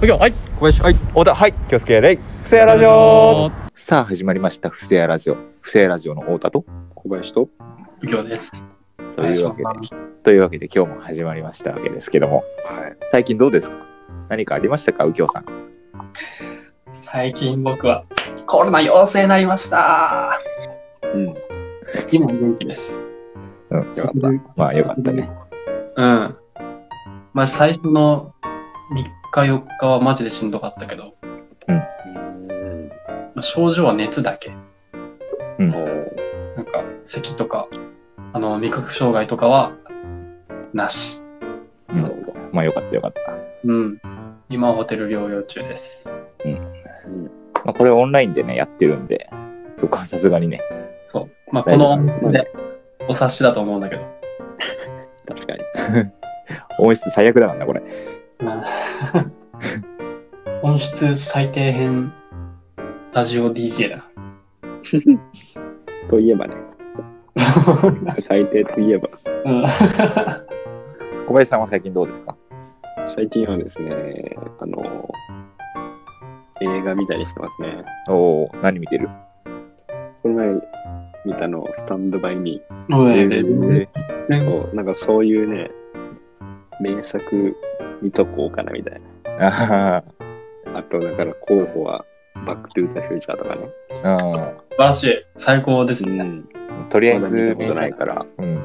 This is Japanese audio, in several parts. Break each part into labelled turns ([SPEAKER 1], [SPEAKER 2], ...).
[SPEAKER 1] 右京はい
[SPEAKER 2] 小林はい
[SPEAKER 1] 小田はい京介レイ不正ラジオ
[SPEAKER 3] さあ始まりました「不正ラジオ」不正ラジオの太田と
[SPEAKER 2] 小林と
[SPEAKER 4] 右京です。
[SPEAKER 3] というわけ
[SPEAKER 4] お願いし
[SPEAKER 3] でというわけで今日も始まりましたわけですけども
[SPEAKER 2] はい
[SPEAKER 3] 最近どうですか何かありましたか右京さん
[SPEAKER 4] ます最近僕はコロナ陽性になりました。
[SPEAKER 2] うんよ
[SPEAKER 4] 今元気です。
[SPEAKER 3] うん
[SPEAKER 2] か
[SPEAKER 3] まあまあよかったね
[SPEAKER 4] うん。まあ最初の3日4日はマジでしんどかったけど、
[SPEAKER 2] うん
[SPEAKER 4] まあ症状は熱だけ。
[SPEAKER 3] うん
[SPEAKER 4] なんか咳とか、あの味覚障害とかはなし。
[SPEAKER 3] うんまあよかったよかった、
[SPEAKER 4] うん。今はホテル療養中です。
[SPEAKER 3] まあ、これオンラインでねやってるんでそこはさすがにね
[SPEAKER 4] そう。まあこ
[SPEAKER 3] 大丈夫
[SPEAKER 4] の、でお察しだと思うんだけど。
[SPEAKER 3] 確かに音質最悪だからなこれ
[SPEAKER 4] まあ 音質最低限ラジオ DJ だ。
[SPEAKER 2] といえばね最低といえば
[SPEAKER 4] うん
[SPEAKER 3] 小林さんは最近どうですか
[SPEAKER 2] 最近はですねあの映画見たりしてますね
[SPEAKER 3] おお何見てる
[SPEAKER 2] この前見たのスタンドバイミ
[SPEAKER 4] おい
[SPEAKER 2] ーそうなんかそういうね名作見とこうかなみたい
[SPEAKER 3] あ
[SPEAKER 2] なあとだから候補はバックトゥーザフューチャーとかね
[SPEAKER 3] あ
[SPEAKER 4] 素晴らしい。最高ですね。
[SPEAKER 2] ん
[SPEAKER 3] うんとりあえ
[SPEAKER 2] まだ
[SPEAKER 3] ず
[SPEAKER 2] 見たことないから
[SPEAKER 3] うん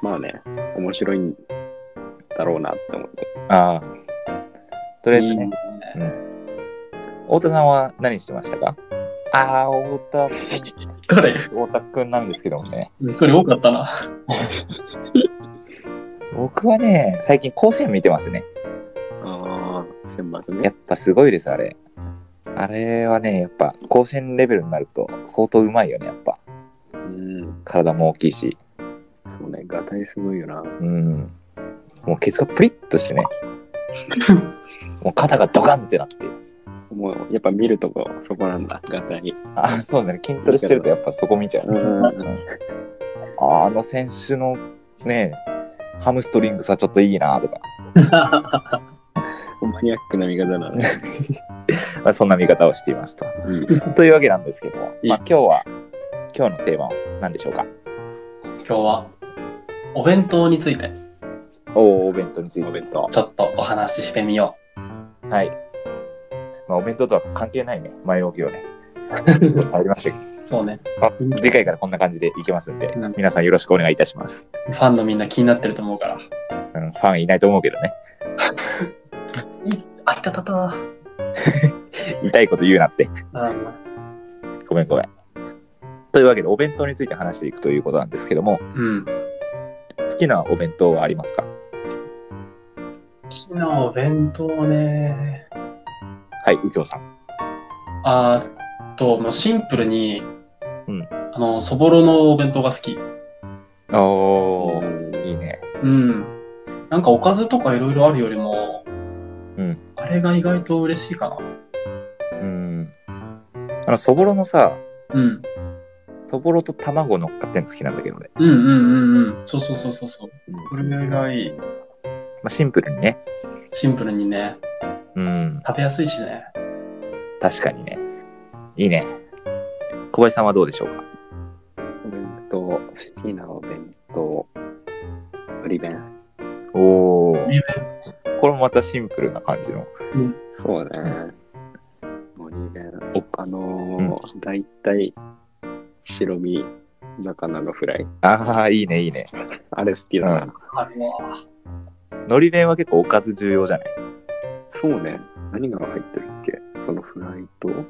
[SPEAKER 2] まあね面白いんだろうなって思って
[SPEAKER 3] ああとりあえず
[SPEAKER 4] い
[SPEAKER 3] ね
[SPEAKER 4] いね
[SPEAKER 3] 太田さんは何してましたかああ、太田君、
[SPEAKER 4] これ、
[SPEAKER 3] 太田君なんですけどもね。
[SPEAKER 4] これ多かったな。
[SPEAKER 3] 僕はね、最近甲子園見てますね。
[SPEAKER 2] ああ選抜
[SPEAKER 3] やっぱすごいです、あれ。あれはね、やっぱ甲子園レベルになると相当うまいよね、やっぱ。
[SPEAKER 2] うん
[SPEAKER 3] 体も大きいし。
[SPEAKER 2] そうねガタイすごいよな
[SPEAKER 3] うん。もうケツがプリッとしてね。もう肩がドカンってなって。
[SPEAKER 2] もうやっぱ見るとこそこなんだガタイ
[SPEAKER 3] ああ、そうだね。筋トレしてるとやっぱそこ見ちゃうね。ああ、あの選手のね、ハムストリングさちょっといいなとか。
[SPEAKER 2] マニアックな見方なのね
[SPEAKER 3] まあそんな見方をしていますと。というわけなんですけども、まあ、今日は今日のテーマは何でしょうか
[SPEAKER 4] 今日は、お弁当について、
[SPEAKER 3] おお弁当についてお弁当
[SPEAKER 4] ちょっとお話ししてみよ
[SPEAKER 3] はい、まあ、お弁当とは関係ないね前置き をねありましたけど
[SPEAKER 4] う。そうね。
[SPEAKER 3] あ次回からこんな感じでいきますんで
[SPEAKER 4] うん
[SPEAKER 3] 皆さんよろしくお願いいたします、
[SPEAKER 4] ファンのみんな気になってると思うから。
[SPEAKER 3] うん、ファンいないと思うけどね
[SPEAKER 4] あ、いたたた。
[SPEAKER 3] 痛いこと言うなって
[SPEAKER 4] う
[SPEAKER 3] ごめんごめんというわけでお弁当について話していくということなんですけども
[SPEAKER 4] ん。
[SPEAKER 3] 好きなお弁当はありますか
[SPEAKER 4] 昨日お弁当ね。
[SPEAKER 3] はい右京さん
[SPEAKER 4] あーっと、もうシンプルに、
[SPEAKER 3] うん
[SPEAKER 4] あの、そぼろのお弁当が好き。
[SPEAKER 3] おいいね
[SPEAKER 4] うん。なんかおかずとかいろいろあるよりも、
[SPEAKER 3] うん
[SPEAKER 4] あれが意外と嬉しいかな。
[SPEAKER 3] うんあのそぼろのさ
[SPEAKER 4] うん。
[SPEAKER 3] そぼろと卵乗っかってんの好きなんだけどね、
[SPEAKER 4] うんうんうんうん。そうそうそうそうそう。これがいい。
[SPEAKER 3] まあ、シンプルにね
[SPEAKER 4] シンプルにね、
[SPEAKER 3] うん
[SPEAKER 4] 食べやすいしね。
[SPEAKER 3] 確かにねいいね小林さんはどうでしょうか
[SPEAKER 2] お弁当好きなお弁当鶏弁
[SPEAKER 3] おお
[SPEAKER 4] リ
[SPEAKER 3] これもまたシンプルな感じの
[SPEAKER 2] そうね鶏弁
[SPEAKER 3] お
[SPEAKER 2] あのー大体白身魚のフライ
[SPEAKER 3] ああいいねいいね
[SPEAKER 2] あれ好きだな、
[SPEAKER 3] うん
[SPEAKER 4] あるわ。
[SPEAKER 3] のり弁は結構おかず重要じゃない
[SPEAKER 2] そうね何が入ってるっけそのフライとちょ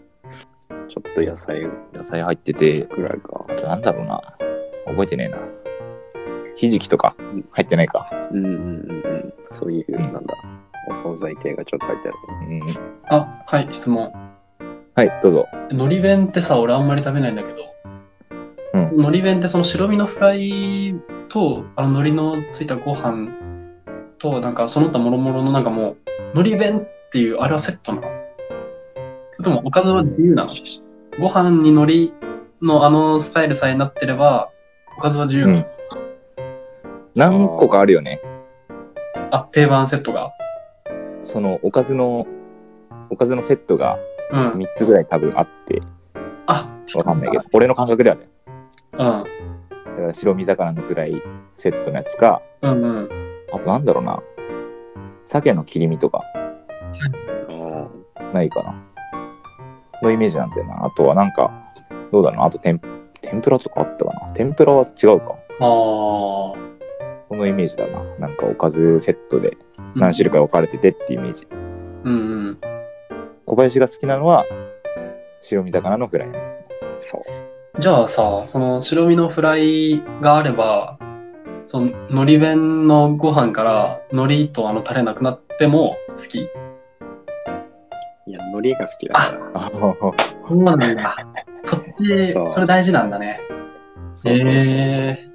[SPEAKER 2] っと野菜
[SPEAKER 3] 野菜入ってて
[SPEAKER 2] ぐらいか
[SPEAKER 3] あとなんだろうな覚えてねえなひじきとか
[SPEAKER 2] ん
[SPEAKER 3] 入ってないか
[SPEAKER 2] うんうんうんうんそういう、
[SPEAKER 3] うん
[SPEAKER 2] なんだお惣菜系がちょっと入ってある
[SPEAKER 3] うん
[SPEAKER 4] あ、はい、質問。
[SPEAKER 3] はいどうぞ
[SPEAKER 4] のり弁ってさ、俺あんまり食べないんだけど、
[SPEAKER 3] うん
[SPEAKER 4] のり弁ってその白身のフライと、あの、のりのついたご飯と、なんかその他もろもろのなんかもう、のり弁っていう、あれはセットなのそれともおかずは自由なのご飯にのりのあのスタイルさえなってれば、おかずは自由なの、
[SPEAKER 3] うん何個かあるよね
[SPEAKER 4] あ、定番セットが。
[SPEAKER 3] そのおかずの、おかずのセットが
[SPEAKER 4] うん。
[SPEAKER 3] 3つぐらい多分あって、
[SPEAKER 4] あ、
[SPEAKER 3] わかんないけど、俺の感覚ではね、
[SPEAKER 4] うん。
[SPEAKER 3] だから白身魚のフライセットのやつか、
[SPEAKER 4] うんうん。
[SPEAKER 3] あとなんだろうな、鮭の切り身とか
[SPEAKER 2] あ
[SPEAKER 3] ないかな。のイメージなんだよな。あとはなんか、どうだろうな、あと天天ぷらとかあったかな。天ぷらは違うか。
[SPEAKER 4] ああ。
[SPEAKER 3] このイメージだな。なんかおかずセットで何種類か分かれててってイメージ。
[SPEAKER 4] うんうん。
[SPEAKER 3] 小林が好きなのは、白身魚のフライ。
[SPEAKER 2] そう。
[SPEAKER 4] じゃあさ、その白身のフライがあれば、その海苔弁のご飯から海苔とあのタレなくなっても好き
[SPEAKER 2] いや、海苔が好きだから。
[SPEAKER 3] あの
[SPEAKER 4] そうなんだ。そっち、
[SPEAKER 2] そ
[SPEAKER 4] そうれ大事なんだね。
[SPEAKER 3] そうそうそう
[SPEAKER 4] へえ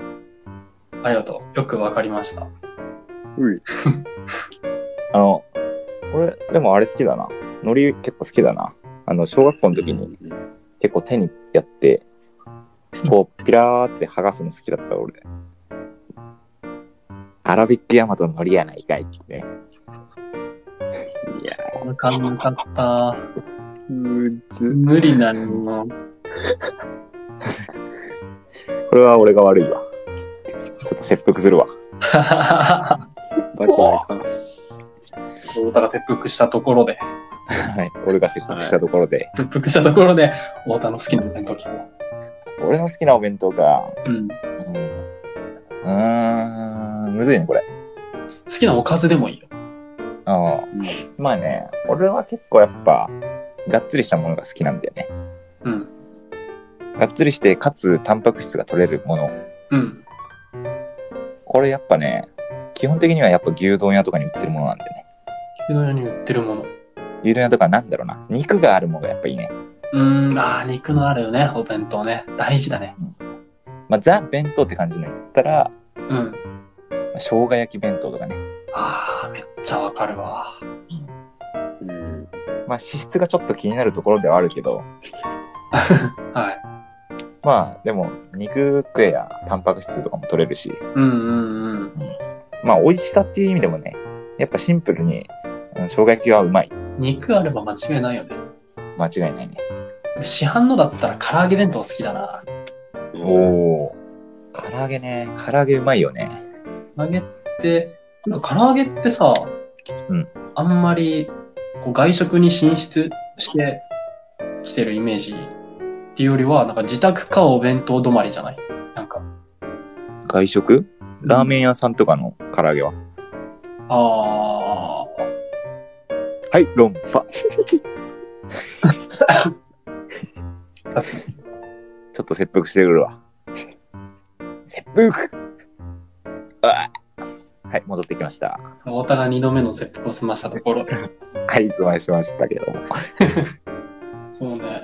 [SPEAKER 4] ー。ありがとう。よくわかりました。
[SPEAKER 2] うん。
[SPEAKER 3] あの、俺、でもあれ好きだな。海苔結構好きだな。あの、小学校の時に結構手にやって、こう、ピラーって剥がすの好きだった俺。アラビックヤマトの海苔やないかいってね。
[SPEAKER 2] いや、
[SPEAKER 4] わかんなかった。
[SPEAKER 2] むず。
[SPEAKER 4] 無理なの。
[SPEAKER 3] これは俺が悪いわ。ちょっと切腹するわ。
[SPEAKER 2] バカだな。
[SPEAKER 4] 太田が切腹したところで、
[SPEAKER 3] はい。俺が切腹したところで、
[SPEAKER 4] 切腹したところで、太田の好きな弁当聞く。
[SPEAKER 3] 俺の好きなお弁当が、
[SPEAKER 4] うん。好
[SPEAKER 3] うんうーん、むずいね、これ。
[SPEAKER 4] きなおかずでもいいよ。
[SPEAKER 3] うん。まあね、俺は結構やっぱ、がっつりしたものが好きなんだよね。
[SPEAKER 4] うん。
[SPEAKER 3] がっつりして、かつ、タンパク質が取れるもの。
[SPEAKER 4] うん。
[SPEAKER 3] これやっぱね、基本的にはやっぱ牛丼屋とかに売ってるものなんだよね。
[SPEAKER 4] 牛丼屋に売ってるもの。
[SPEAKER 3] 牛丼屋とかなんだろうな。肉があるものがやっぱいいね。
[SPEAKER 4] うーん、ああ、肉のあるよね、お弁当ね。大事だね。
[SPEAKER 3] まあ、ザ弁当って感じの言ったら、
[SPEAKER 4] うん。
[SPEAKER 3] まあ生姜焼き弁当とかね。
[SPEAKER 4] ああ、めっちゃわかるわ。
[SPEAKER 2] うん。
[SPEAKER 3] まあ、脂質がちょっと気になるところではあるけど、
[SPEAKER 4] はい。
[SPEAKER 3] まあ、でも、肉食えや、タンパク質とかも取れるし、
[SPEAKER 4] うんうんうん。
[SPEAKER 3] まあ、美味しさっていう意味でもね、やっぱシンプルに、うん生姜焼きはうまい。
[SPEAKER 4] 肉あれば間違いないよね。
[SPEAKER 3] 間違いないね。
[SPEAKER 4] 市販のだったら唐揚げ弁当好きだな。
[SPEAKER 3] お。唐揚げね。唐揚げうまいよね。
[SPEAKER 4] 唐揚げって、なんか唐揚げってさ、
[SPEAKER 3] うん
[SPEAKER 4] あんまりこう外食に進出してきてるイメージっていうよりは、なんか自宅かお弁当止まりじゃないなんか、
[SPEAKER 3] 外食ラーメン屋さんとかの唐揚げは、
[SPEAKER 4] あ
[SPEAKER 3] はい、論 破。ちょっと切腹してくるわ。切腹うわはい、戻ってきました。
[SPEAKER 4] あ、お互い二度目の切腹を済ましたところで。
[SPEAKER 3] はい、すましましたけども。
[SPEAKER 4] そうね。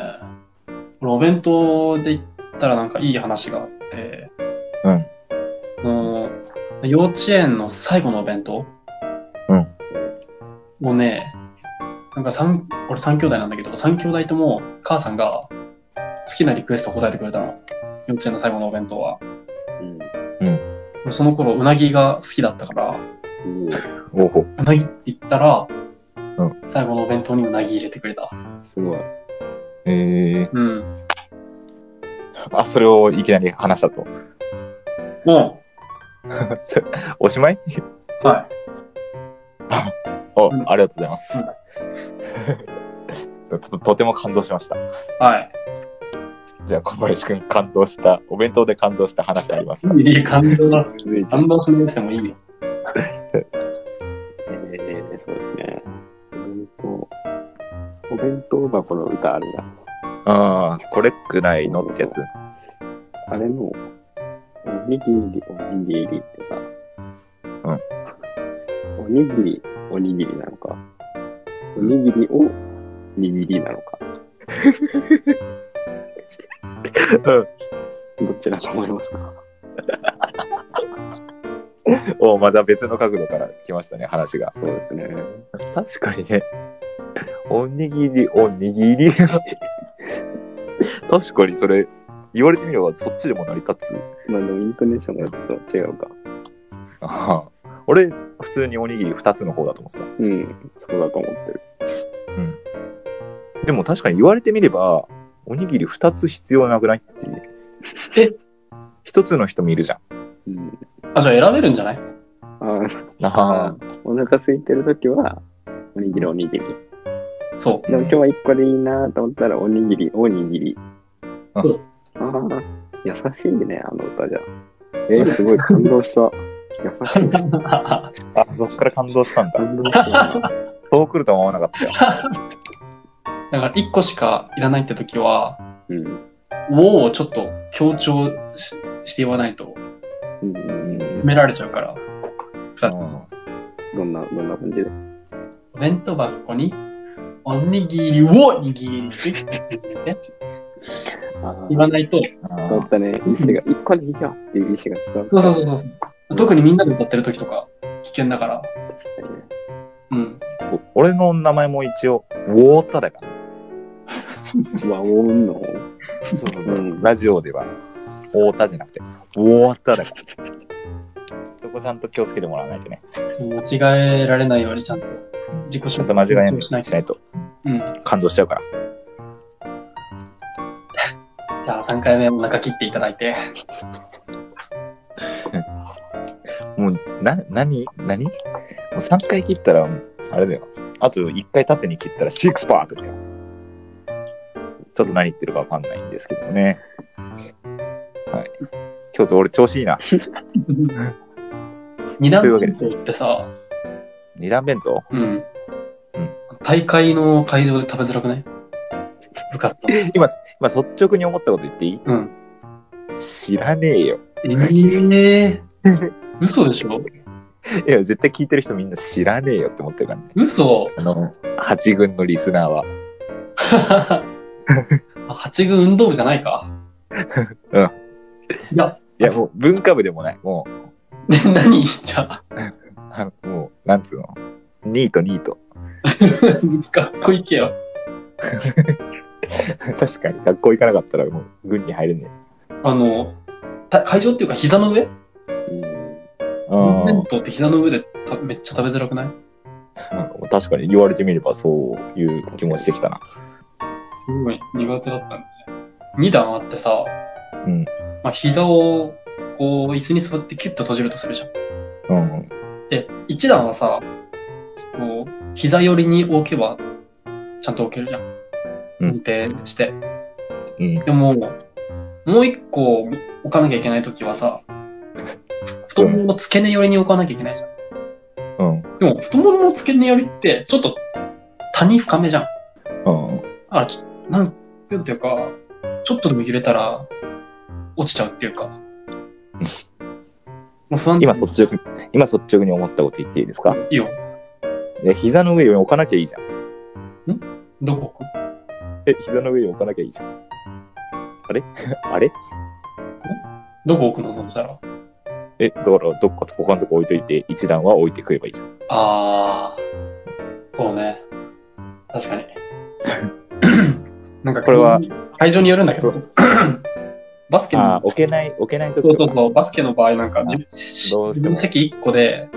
[SPEAKER 4] 俺、お弁当で言ったらなんかいい話があって、
[SPEAKER 3] うん。
[SPEAKER 4] その幼稚園の最後のお弁当
[SPEAKER 3] うん
[SPEAKER 4] をね、なんか三、俺三兄弟なんだけど、三兄弟とも母さんが好きなリクエストを答えてくれたの。幼稚園の最後のお弁当は。
[SPEAKER 2] うん。
[SPEAKER 4] 俺その頃、うなぎが好きだったから、
[SPEAKER 2] うん
[SPEAKER 3] おお。
[SPEAKER 4] うなぎって言ったら、
[SPEAKER 3] うん
[SPEAKER 4] 最後のお弁当にうなぎ入れてくれた。
[SPEAKER 2] すごい。
[SPEAKER 3] えー、
[SPEAKER 4] うん。
[SPEAKER 3] あ、それをいきなり話したと。
[SPEAKER 4] も、
[SPEAKER 3] おしまいう
[SPEAKER 4] はい。
[SPEAKER 3] お、
[SPEAKER 4] うん
[SPEAKER 3] ありがとうございます。 ととても感動しました。
[SPEAKER 4] はい。
[SPEAKER 3] じゃあ小林くん感動した、お弁当で感動した話ありますか
[SPEAKER 4] いい感動だ。
[SPEAKER 2] 続いて、
[SPEAKER 4] 感動しなくてもいいよ。
[SPEAKER 2] えー、そうですね。お弁当。お弁当箱の歌あるな。
[SPEAKER 3] ああ、これくらいのってやつ。
[SPEAKER 2] あれの、おにぎり、おにぎりってさ。うん。おにぎり、おにぎりなのか。おにぎりを、にぎりなのか。どちらと思いますか
[SPEAKER 3] おまた別の角度から来ましたね、話が。
[SPEAKER 2] そうですね。
[SPEAKER 3] 確かにね。おにぎり、おにぎり。確かにそれ、言われてみればそっちでも成り立つ。
[SPEAKER 2] まあでも、イントネーションがちょっと違うか。
[SPEAKER 3] ああ俺、普通におにぎり2つの方だと思って
[SPEAKER 2] うん、そうだと思ってる。
[SPEAKER 3] た。でも確かに言われてみれば、おにぎり2つ必要なくないっていう。
[SPEAKER 4] え
[SPEAKER 3] 1つの人もいるじゃん。
[SPEAKER 2] うん、
[SPEAKER 4] あ、じゃあ選べるんじゃない
[SPEAKER 2] あ
[SPEAKER 3] あ
[SPEAKER 2] あ、お腹空いてるときは、おにぎりおにぎり。
[SPEAKER 4] そ
[SPEAKER 2] でも今日は1個でいいなと思ったら、おにぎりおにぎり。
[SPEAKER 3] あ
[SPEAKER 4] そう。
[SPEAKER 2] ああ、優しいね、あの歌じゃ。えー、すごい感 動した。優しい。
[SPEAKER 4] う。あ
[SPEAKER 3] あ、そっから感動したんだ。
[SPEAKER 2] 感動したな。
[SPEAKER 3] そう来るとは思わなかったよ。
[SPEAKER 4] だから1個しかいらないって時は、
[SPEAKER 2] うん。
[SPEAKER 4] ウォーをちょっと強調しして言わないと
[SPEAKER 2] うん。
[SPEAKER 4] 埋められちゃうから。
[SPEAKER 3] う
[SPEAKER 2] どんな、どんな感じで。
[SPEAKER 4] お弁当箱に、おにぎりを握りって
[SPEAKER 2] あ
[SPEAKER 4] 言わないと、
[SPEAKER 3] ん
[SPEAKER 2] そうだったね。意思が、一個でいいよっていう意思が伝わった。
[SPEAKER 4] そうそうそうそう。特にみんなで歌ってる時とか危険だから。
[SPEAKER 2] 確かに
[SPEAKER 4] う
[SPEAKER 2] ね
[SPEAKER 4] ん。
[SPEAKER 3] お俺の名前も一応、ウォータだから。
[SPEAKER 2] 和音の。
[SPEAKER 3] そうそう
[SPEAKER 2] そう
[SPEAKER 3] ラジオでは、ウォータじゃなくて、ウォータだから。そこちゃんと気をつけてもらわないとね。
[SPEAKER 4] 間違えられないようにちゃんと自己
[SPEAKER 3] ちょ
[SPEAKER 4] 紹
[SPEAKER 3] っと間違えないよう
[SPEAKER 4] 介
[SPEAKER 3] に
[SPEAKER 4] し
[SPEAKER 3] し
[SPEAKER 4] な
[SPEAKER 3] ない
[SPEAKER 4] と。
[SPEAKER 3] いと
[SPEAKER 4] うん。
[SPEAKER 3] 感動しちゃうから。
[SPEAKER 4] じゃあ3回目お腹切っていただいて。
[SPEAKER 3] もう、な、なに、なにもう3回切ったら、もうあれだよ。あと1回縦に切ったら、シックスパーとかよ。ちょっと何言ってるかわかんないんですけどもね。はい。今日と俺調子いいな。
[SPEAKER 4] 二段目と言ってさ、
[SPEAKER 3] 二段弁当
[SPEAKER 4] うん
[SPEAKER 3] うん。
[SPEAKER 4] 大会の会場で食べづらくない部活の。
[SPEAKER 3] 今、今率直に思ったこと言っていい
[SPEAKER 4] うん。
[SPEAKER 3] 知らねえよ。
[SPEAKER 4] ええ嘘でしょ
[SPEAKER 3] いや、絶対聞いてる人みんな知らねえよって思ってるからね。
[SPEAKER 4] 嘘
[SPEAKER 3] あの、八軍のリスナーは。
[SPEAKER 4] あ八軍運動部じゃないか。
[SPEAKER 3] うん
[SPEAKER 4] いや、
[SPEAKER 3] いや、もう文化部でもない。もう、
[SPEAKER 4] ね、何 言っちゃ
[SPEAKER 3] あのもう、なんつうの。ニート、ニート。
[SPEAKER 4] う学校行けよ。
[SPEAKER 3] 確かに、学校行かなかったらもう、軍に入れね
[SPEAKER 4] あの、た会場っていうか膝の上
[SPEAKER 2] うん。
[SPEAKER 3] え。う
[SPEAKER 4] 運
[SPEAKER 3] ん
[SPEAKER 4] 動部って膝の上でためっちゃ食べづらくない
[SPEAKER 3] なんか確かに言われてみればそういう気もしてきたな。
[SPEAKER 4] すごい苦手だったんだね。2段あってさ、
[SPEAKER 3] うん
[SPEAKER 4] まあ、膝をこう椅子に座ってキュッと閉じるとするじゃん。
[SPEAKER 3] うん。
[SPEAKER 4] で、1段はさ、こう、膝寄りに置けば、ちゃんと置けるじゃん。
[SPEAKER 3] うん
[SPEAKER 4] 安定して。
[SPEAKER 3] うん。
[SPEAKER 4] でも、もう一個置かなきゃいけないときはさ、太ももの付け根寄りに置かなきゃいけないじゃ
[SPEAKER 3] う
[SPEAKER 4] ん。
[SPEAKER 3] ん。
[SPEAKER 4] でも、太ももの付け根寄りって、ちょっと、谷深めじゃん。
[SPEAKER 3] うん。
[SPEAKER 4] あ、ちょなんなんていうか、ちょっとでも揺れたら、落ちちゃうっていうか。もう不安
[SPEAKER 3] 今率直に、今率直に思ったこと言っていいですか
[SPEAKER 4] いいよ。
[SPEAKER 3] いや膝の上に置かなきゃいいじゃん。
[SPEAKER 4] どこ置く
[SPEAKER 3] え、膝の上に置かなきゃいいじゃん。あれ あれ
[SPEAKER 4] どこ置くのそしたら。
[SPEAKER 3] え、だからどっかと他のとこ置いといて、一段は置いてくればいいじゃん。
[SPEAKER 4] あー、そうね。確か に。なんか
[SPEAKER 3] これは、
[SPEAKER 4] 会場によるんだ けど、バスケ
[SPEAKER 3] ああ
[SPEAKER 4] の
[SPEAKER 3] ー、、置けない、置けないと
[SPEAKER 4] そ
[SPEAKER 3] き
[SPEAKER 4] うそ
[SPEAKER 3] と
[SPEAKER 4] う
[SPEAKER 3] か。
[SPEAKER 4] そう、バスケの場合なんか、
[SPEAKER 3] あ
[SPEAKER 4] 自
[SPEAKER 3] ど
[SPEAKER 4] 分
[SPEAKER 3] うしても
[SPEAKER 4] 自分の席1個で、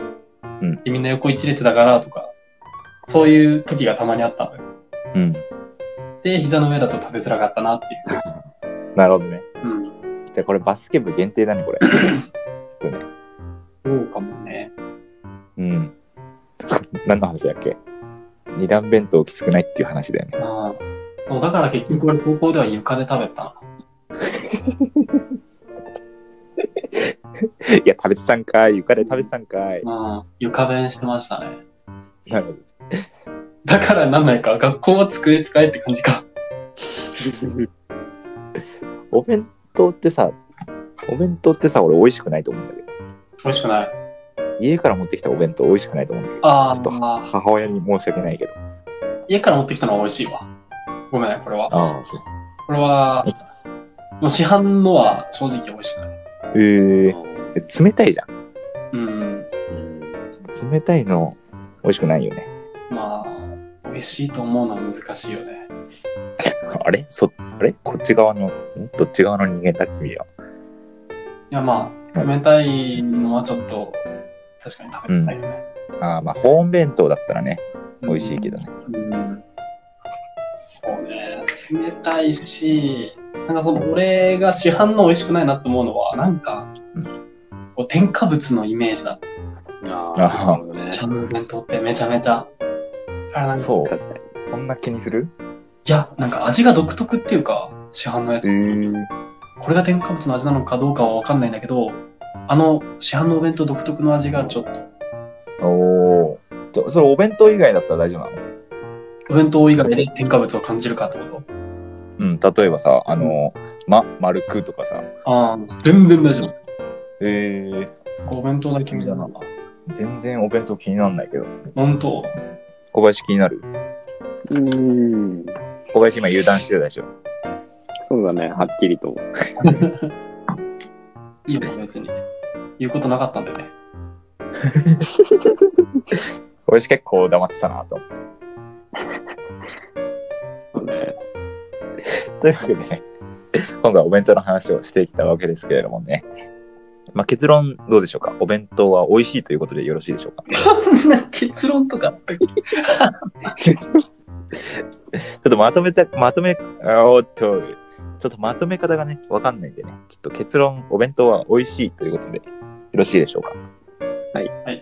[SPEAKER 3] うん
[SPEAKER 4] でみんな横一列だからとか、そういう時がたまにあったのよ。
[SPEAKER 3] うん。
[SPEAKER 4] で、膝の上だと食べづらかったなっていう。
[SPEAKER 3] なるほどね。
[SPEAKER 4] うん
[SPEAKER 3] じゃあこれバスケ部限定だね、これ。ちょっとね。
[SPEAKER 4] そうかもね。
[SPEAKER 3] うん。何の話だっけ二段弁当きつくないっていう話だよね。
[SPEAKER 4] ああ。そうだから結局俺高校では床で食べたな。
[SPEAKER 3] いや、食べてたんかい。床で食べてたんかい。
[SPEAKER 4] うん。床弁してましたね。
[SPEAKER 3] なるほど。
[SPEAKER 4] だからなんないか、学校は机使えって感じか。
[SPEAKER 3] お弁当ってさ、お弁当ってさ、俺美味しくないと思うんだけど。
[SPEAKER 4] 美味しくない。
[SPEAKER 3] 家から持ってきたお弁当美味しくないと思うんだけど。
[SPEAKER 4] あ
[SPEAKER 3] ちょっと
[SPEAKER 4] あ、
[SPEAKER 3] 母親に申し訳ないけど。
[SPEAKER 4] 家から持ってきたのは美味しいわ。ごめん、これは。
[SPEAKER 3] ああ、
[SPEAKER 4] これは、もう市販のは正直美味しくない。
[SPEAKER 3] えー、冷たいじゃ
[SPEAKER 4] うん。
[SPEAKER 2] うん
[SPEAKER 3] ん。冷たいの美味しくないよね。
[SPEAKER 4] まあ、美味しいと思うのは難しいよね。
[SPEAKER 3] あれそ、あれこっち側の、んどっち側の人間だってみよ
[SPEAKER 4] いやまあ、冷たいのはちょっと、確かに食べたいよね。
[SPEAKER 3] ああ、まあ、ホーン弁当だったらね、美味しいけどね。
[SPEAKER 4] うんそうね、冷たいし、なんかその俺が市販の美味しくないなと思うのは、なんか、
[SPEAKER 3] うん
[SPEAKER 4] こう添加物のイメージだっ
[SPEAKER 2] あ
[SPEAKER 3] あ
[SPEAKER 2] あ、なるほどね
[SPEAKER 4] た。。ちゃんと弁当ってめちゃめちゃ。だからなんか
[SPEAKER 3] そう。
[SPEAKER 2] 確かに。
[SPEAKER 3] こんな気にする
[SPEAKER 4] いや、なんか味が独特っていうか、市販のやつ。
[SPEAKER 3] ん。
[SPEAKER 4] これが添加物の味なのかどうかはわかんないんだけど、あの市販のお弁当独特の味がちょっと、
[SPEAKER 3] おお。ちょそれお弁当以外だったら大丈夫なの
[SPEAKER 4] お弁当以外で添加物を感じるかってこ
[SPEAKER 3] うん、例えばさ、あの、ま、丸くとかさ。
[SPEAKER 4] とああ、全然大丈夫。
[SPEAKER 3] えー、
[SPEAKER 4] お弁当だけみたいな。
[SPEAKER 3] 全然お弁当気にならないけど。
[SPEAKER 4] 本当
[SPEAKER 3] 小林気になる
[SPEAKER 2] うーん。
[SPEAKER 3] 小林今油断してたでしょ。
[SPEAKER 2] そうだね、はっきりと。
[SPEAKER 4] いいよ、別に。言うことなかったんだよね。
[SPEAKER 3] 小林結構黙ってたなと思って。
[SPEAKER 2] そうね。
[SPEAKER 3] というわけでね、今回お弁当の話をしてきたわけですけれどもね。まあ、結論どうでしょうかお弁当は美味しいということでよろしいでしょうかち
[SPEAKER 4] そん な結論とかあったっけ
[SPEAKER 3] ょっとまとめた、まとめ、あおっと、ちょっとまとめ方がね、わかんないんでね、ちょっと結論、お弁当は美味しいということでよろしいでしょうか
[SPEAKER 4] はい。